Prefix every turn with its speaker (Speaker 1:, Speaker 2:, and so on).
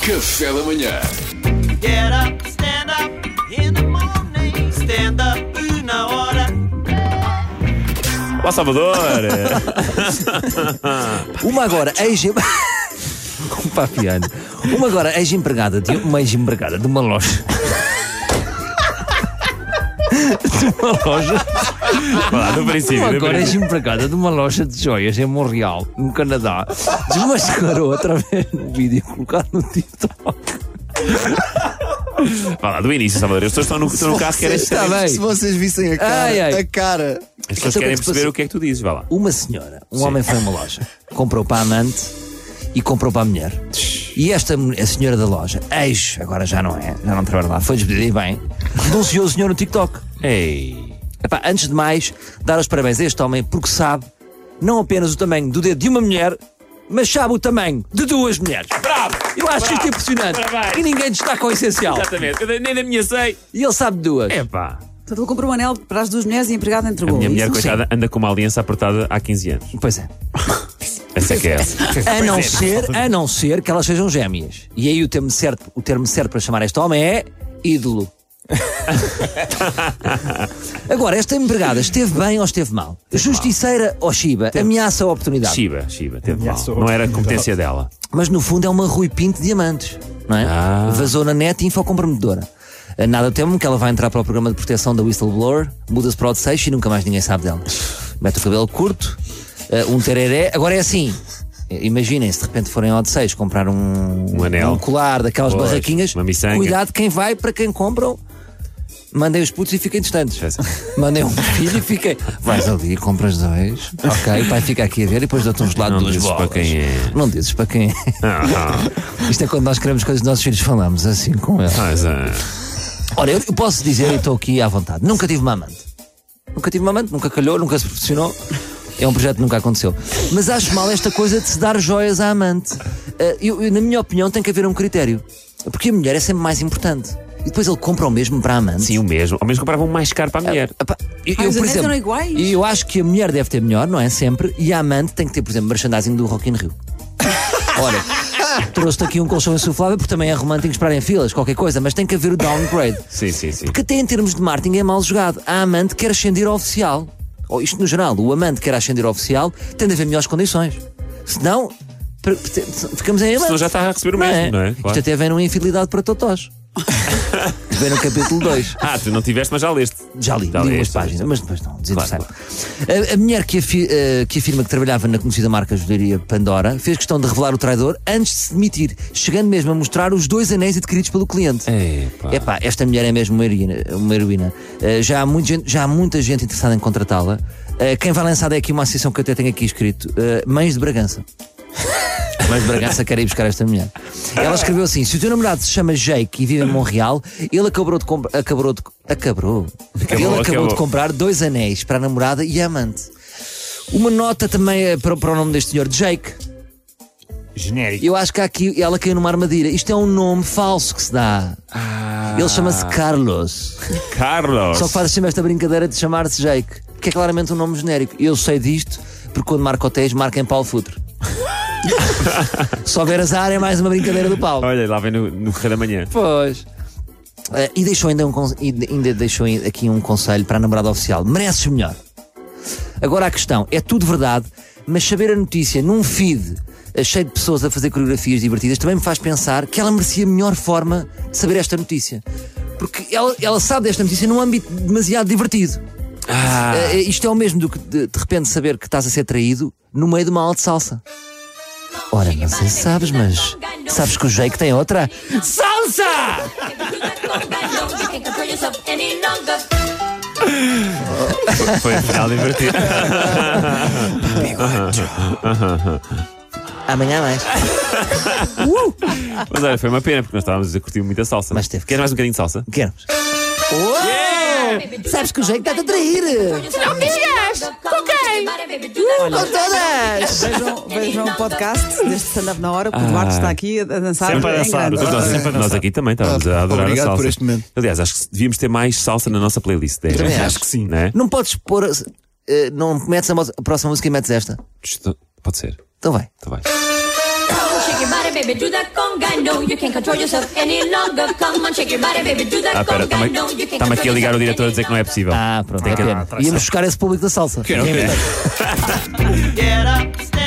Speaker 1: Café da manhã.
Speaker 2: Get up, stand up in the morning. Stand up na hora.
Speaker 3: Olá, Salvador!
Speaker 4: Uma agora ex Um papiano. Uma agora ex-empregada de uma ex-empregada de uma loja. De uma loja.
Speaker 3: Vá lá, do princípio.
Speaker 4: Uma
Speaker 3: do
Speaker 4: agora é
Speaker 3: princípio.
Speaker 4: ex-empregada de uma loja de joias em Montreal, no Canadá. Desmascarou através de um vídeo colocado no TikTok.
Speaker 3: Vá lá, do início, Salvador. As pessoas estão no, estão no carro que querem
Speaker 4: Está
Speaker 3: saber.
Speaker 4: Tá bem.
Speaker 5: Se vocês vissem a cara,
Speaker 4: Ai, ai.
Speaker 5: a cara.
Speaker 3: As pessoas
Speaker 4: Então, o que é
Speaker 3: querem
Speaker 4: que se
Speaker 3: perceber
Speaker 4: passa?
Speaker 3: o que é que tu dizes, vá lá.
Speaker 4: Uma senhora, um homem foi a uma loja, comprou para a amante e comprou para a mulher. E esta mu- a senhora da loja, ex, agora já não é, já não trabalha lá, foi despedida e bem, denunciou o senhor no TikTok.
Speaker 3: Ei!
Speaker 4: Epá, antes de mais, dar os parabéns a este homem porque sabe não apenas o tamanho do dedo de uma mulher, mas sabe o tamanho de duas mulheres.
Speaker 3: Bravo!
Speaker 4: Eu acho isto
Speaker 3: Bravo!
Speaker 4: impressionante.
Speaker 3: Parabéns.
Speaker 4: E ninguém destaca o essencial.
Speaker 3: Exatamente, eu nem da minha sei.
Speaker 4: E ele sabe duas.
Speaker 3: Epá!
Speaker 6: Portanto, ele comprou um anel para as duas mulheres e a empregada
Speaker 3: A
Speaker 6: entregou.
Speaker 3: minha
Speaker 6: Isso?
Speaker 3: mulher, coitada, anda com uma aliança apertada há 15 anos.
Speaker 4: Pois é.
Speaker 3: Essa é que é essa.
Speaker 4: A não, ser, a não ser que elas sejam gêmeas. E aí o termo certo, o termo certo para chamar este homem é ídolo. Agora, esta empregada esteve bem ou esteve mal? Justiceira ou Shiba? Ameaça a oportunidade.
Speaker 3: Shiba, Shiba, teve mal. Não era a competência dela.
Speaker 4: Mas no fundo é uma Rui Pinto de Diamantes, não é?
Speaker 3: Ah.
Speaker 4: Vazou na net e infocomprometedora. Nada temo que ela vai entrar para o programa de proteção da Whistleblower, muda-se para o de seixo e nunca mais ninguém sabe dela. Mete o cabelo curto, eh, um tereré. Agora é assim. eh, Imaginem, se de repente forem ao de seis comprar um,
Speaker 3: Um anel.
Speaker 4: colar daquelas
Speaker 3: Pois,
Speaker 4: barraquinhas,
Speaker 3: uma miçanga.
Speaker 4: cuidado quem vai para quem compram. Mandem os putos e fiquem distantes.
Speaker 3: é.
Speaker 4: Mandem um filho e fiquem. Vais ali, compras dois. Ok, pai fica aqui a ver e depois dou-te um gelado
Speaker 3: Não
Speaker 4: duas
Speaker 3: dizes para
Speaker 4: bolas.
Speaker 3: quem é.
Speaker 4: Não dizes para quem é.
Speaker 3: Ah,
Speaker 4: Isto é quando nós queremos coisas dos nossos filhos, falamos assim com eles.
Speaker 3: mas, ah,
Speaker 4: Ora, eu eu posso dizer, e estou aqui à vontade, nunca tive uma amante. Nunca tive uma amante, nunca calhou, nunca se profissionou. É um projeto que nunca aconteceu. Mas acho mal esta coisa de se dar joias à amante. Ah, eu- eu, na minha opinião, tem que haver um critério. Porque a mulher é sempre mais importante. E depois ele compra o mesmo para a amante.
Speaker 3: sim, o mesmo. Ao menos compravam mais caro para a mulher.
Speaker 4: Epá, eu,
Speaker 6: Ah,
Speaker 4: eu,
Speaker 6: os
Speaker 4: por
Speaker 6: anéis
Speaker 4: exemplo,
Speaker 6: eram iguais?
Speaker 4: eu acho que a mulher deve ter melhor, não é? Sempre. E a amante tem que ter, por exemplo, merchandising do Rock in Rio. Ora, trouxe-te aqui um colchão insuflável porque também é romântico esperar em filas, qualquer coisa, mas tem que haver o downgrade.
Speaker 3: Sim, sim, sim.
Speaker 4: Porque até em termos de marketing é mal jogado. A amante quer ascender ao oficial. Ou isto no geral, o amante quer ascender ao oficial, tem de haver melhores condições. Senão, per- per- ficamos em amante.
Speaker 3: Senão já está a receber o mesmo, não é? Claro.
Speaker 4: Isto até vem numa infidelidade para totós. vem no capítulo 2.
Speaker 3: Ah, tu não tiveste, mas já leste.
Speaker 4: Já li, li umas
Speaker 3: leste.
Speaker 4: páginas, mas depois não, desinteressante. A, a mulher que, afi- eh, que afirma que trabalhava na conhecida marca joalheria Pandora fez questão de revelar o traidor antes de se demitir, chegando mesmo a mostrar os dois anéis adquiridos pelo cliente.
Speaker 3: Epá.
Speaker 4: Epá, esta mulher é mesmo uma heroína. Uma heroína. Eh, já, há muita gente, já há muita gente interessada em contratá-la. Eh, quem vai lançar é aqui uma associação que eu até tenho aqui escrito: eh, Mães de Bragança. Mães de Bragança quer ir buscar esta mulher. Ela escreveu assim: se o teu namorado se chama Jake e vive em Montreal, ele acabou de comprar. Acabou de. Acabou. ele acabou,
Speaker 3: acabou.
Speaker 4: de comprar dois anéis para a namorada e a amante. Uma nota também eh, para, para o nome deste senhor, Jake.
Speaker 3: Genérico.
Speaker 4: Eu acho que há aqui ela caiu numa armadilha. Isto é um nome falso que se dá. Ele chama-se Carlos.
Speaker 3: Carlos.
Speaker 4: Só que faz sempre esta brincadeira de chamar-se Jake, que é claramente um nome genérico. Eu sei disto porque quando marco hotéis, marca em Paulo Futre. Só ver azar é mais uma brincadeira do Paulo.
Speaker 3: Olha, lá vem no, no correr da manhã.
Speaker 4: Pois. Eh, e deixou ainda, um, con- e de- ainda deixou ai- aqui um conselho para a namorada oficial: mereces melhor. Agora a questão: é tudo verdade, mas saber a notícia num feed eh, cheio de pessoas a fazer coreografias divertidas também me faz pensar que ela merecia melhor forma de saber esta notícia. Porque ela, ela sabe desta notícia num âmbito demasiado divertido. Eh, isto é o mesmo do que de, de repente saber que estás a ser traído no meio de uma aula de salsa. Ora, não sei se sabes, mas sabes que o Jake tem outra? Salsa!
Speaker 3: Foi um final divertido.
Speaker 4: Amanhã mais. Uh!
Speaker 3: Mas olha, foi uma pena, porque nós estávamos a curtir muita salsa.
Speaker 4: Mas teve que
Speaker 3: Queres mais um bocadinho de salsa?
Speaker 4: Queremos. Sabes que o é Jake está-te a trair! Com todas!
Speaker 6: Vejam, vejam o podcast deste stand-up na hora, porque o Duarte está aqui a dançar.
Speaker 5: Sempre a
Speaker 4: é
Speaker 6: em
Speaker 5: dançar,
Speaker 6: grande.
Speaker 5: o Duarte
Speaker 3: Nós,
Speaker 5: sempre a dançar.
Speaker 3: nós aqui também estávamos a adorar
Speaker 5: Obrigado
Speaker 3: a salsa.
Speaker 5: por este momento.
Speaker 3: Aliás, acho que devíamos ter mais salsa na nossa playlist. Deve.
Speaker 4: Também acho que
Speaker 5: sim.
Speaker 3: Não é?
Speaker 4: Não podes pôr. eh, não metes a, mo- a próxima música e metes esta.
Speaker 3: Isto- Pode ser.
Speaker 4: Então vai.
Speaker 3: Está bem.
Speaker 1: body, baby, do that conga. No, you can't control yourself any longer. Come on, shake your body, baby, do that
Speaker 3: Ah, pera,
Speaker 1: conga.
Speaker 3: está-me
Speaker 1: No, you can't
Speaker 3: está-me aqui a
Speaker 1: control
Speaker 3: ligar o
Speaker 1: yourself
Speaker 3: diretor a dizer que não é
Speaker 1: any
Speaker 3: possível.
Speaker 4: Ah, pronto, é
Speaker 3: que-
Speaker 4: pena.
Speaker 3: traição.
Speaker 4: Íamos buscar esse público da salsa.
Speaker 3: não
Speaker 4: Quem é
Speaker 3: quer.
Speaker 2: Get up, stand